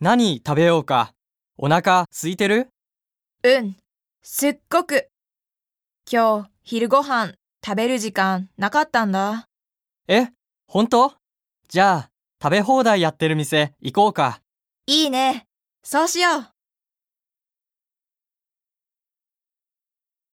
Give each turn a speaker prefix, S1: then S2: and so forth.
S1: 何食べようかお腹空いてる
S2: うん、すっごく。今日、昼ご飯、食べる時間、なかったんだ。
S1: え本当じゃあ食べ放題やってる店行こうか
S2: いいね。そうしよう。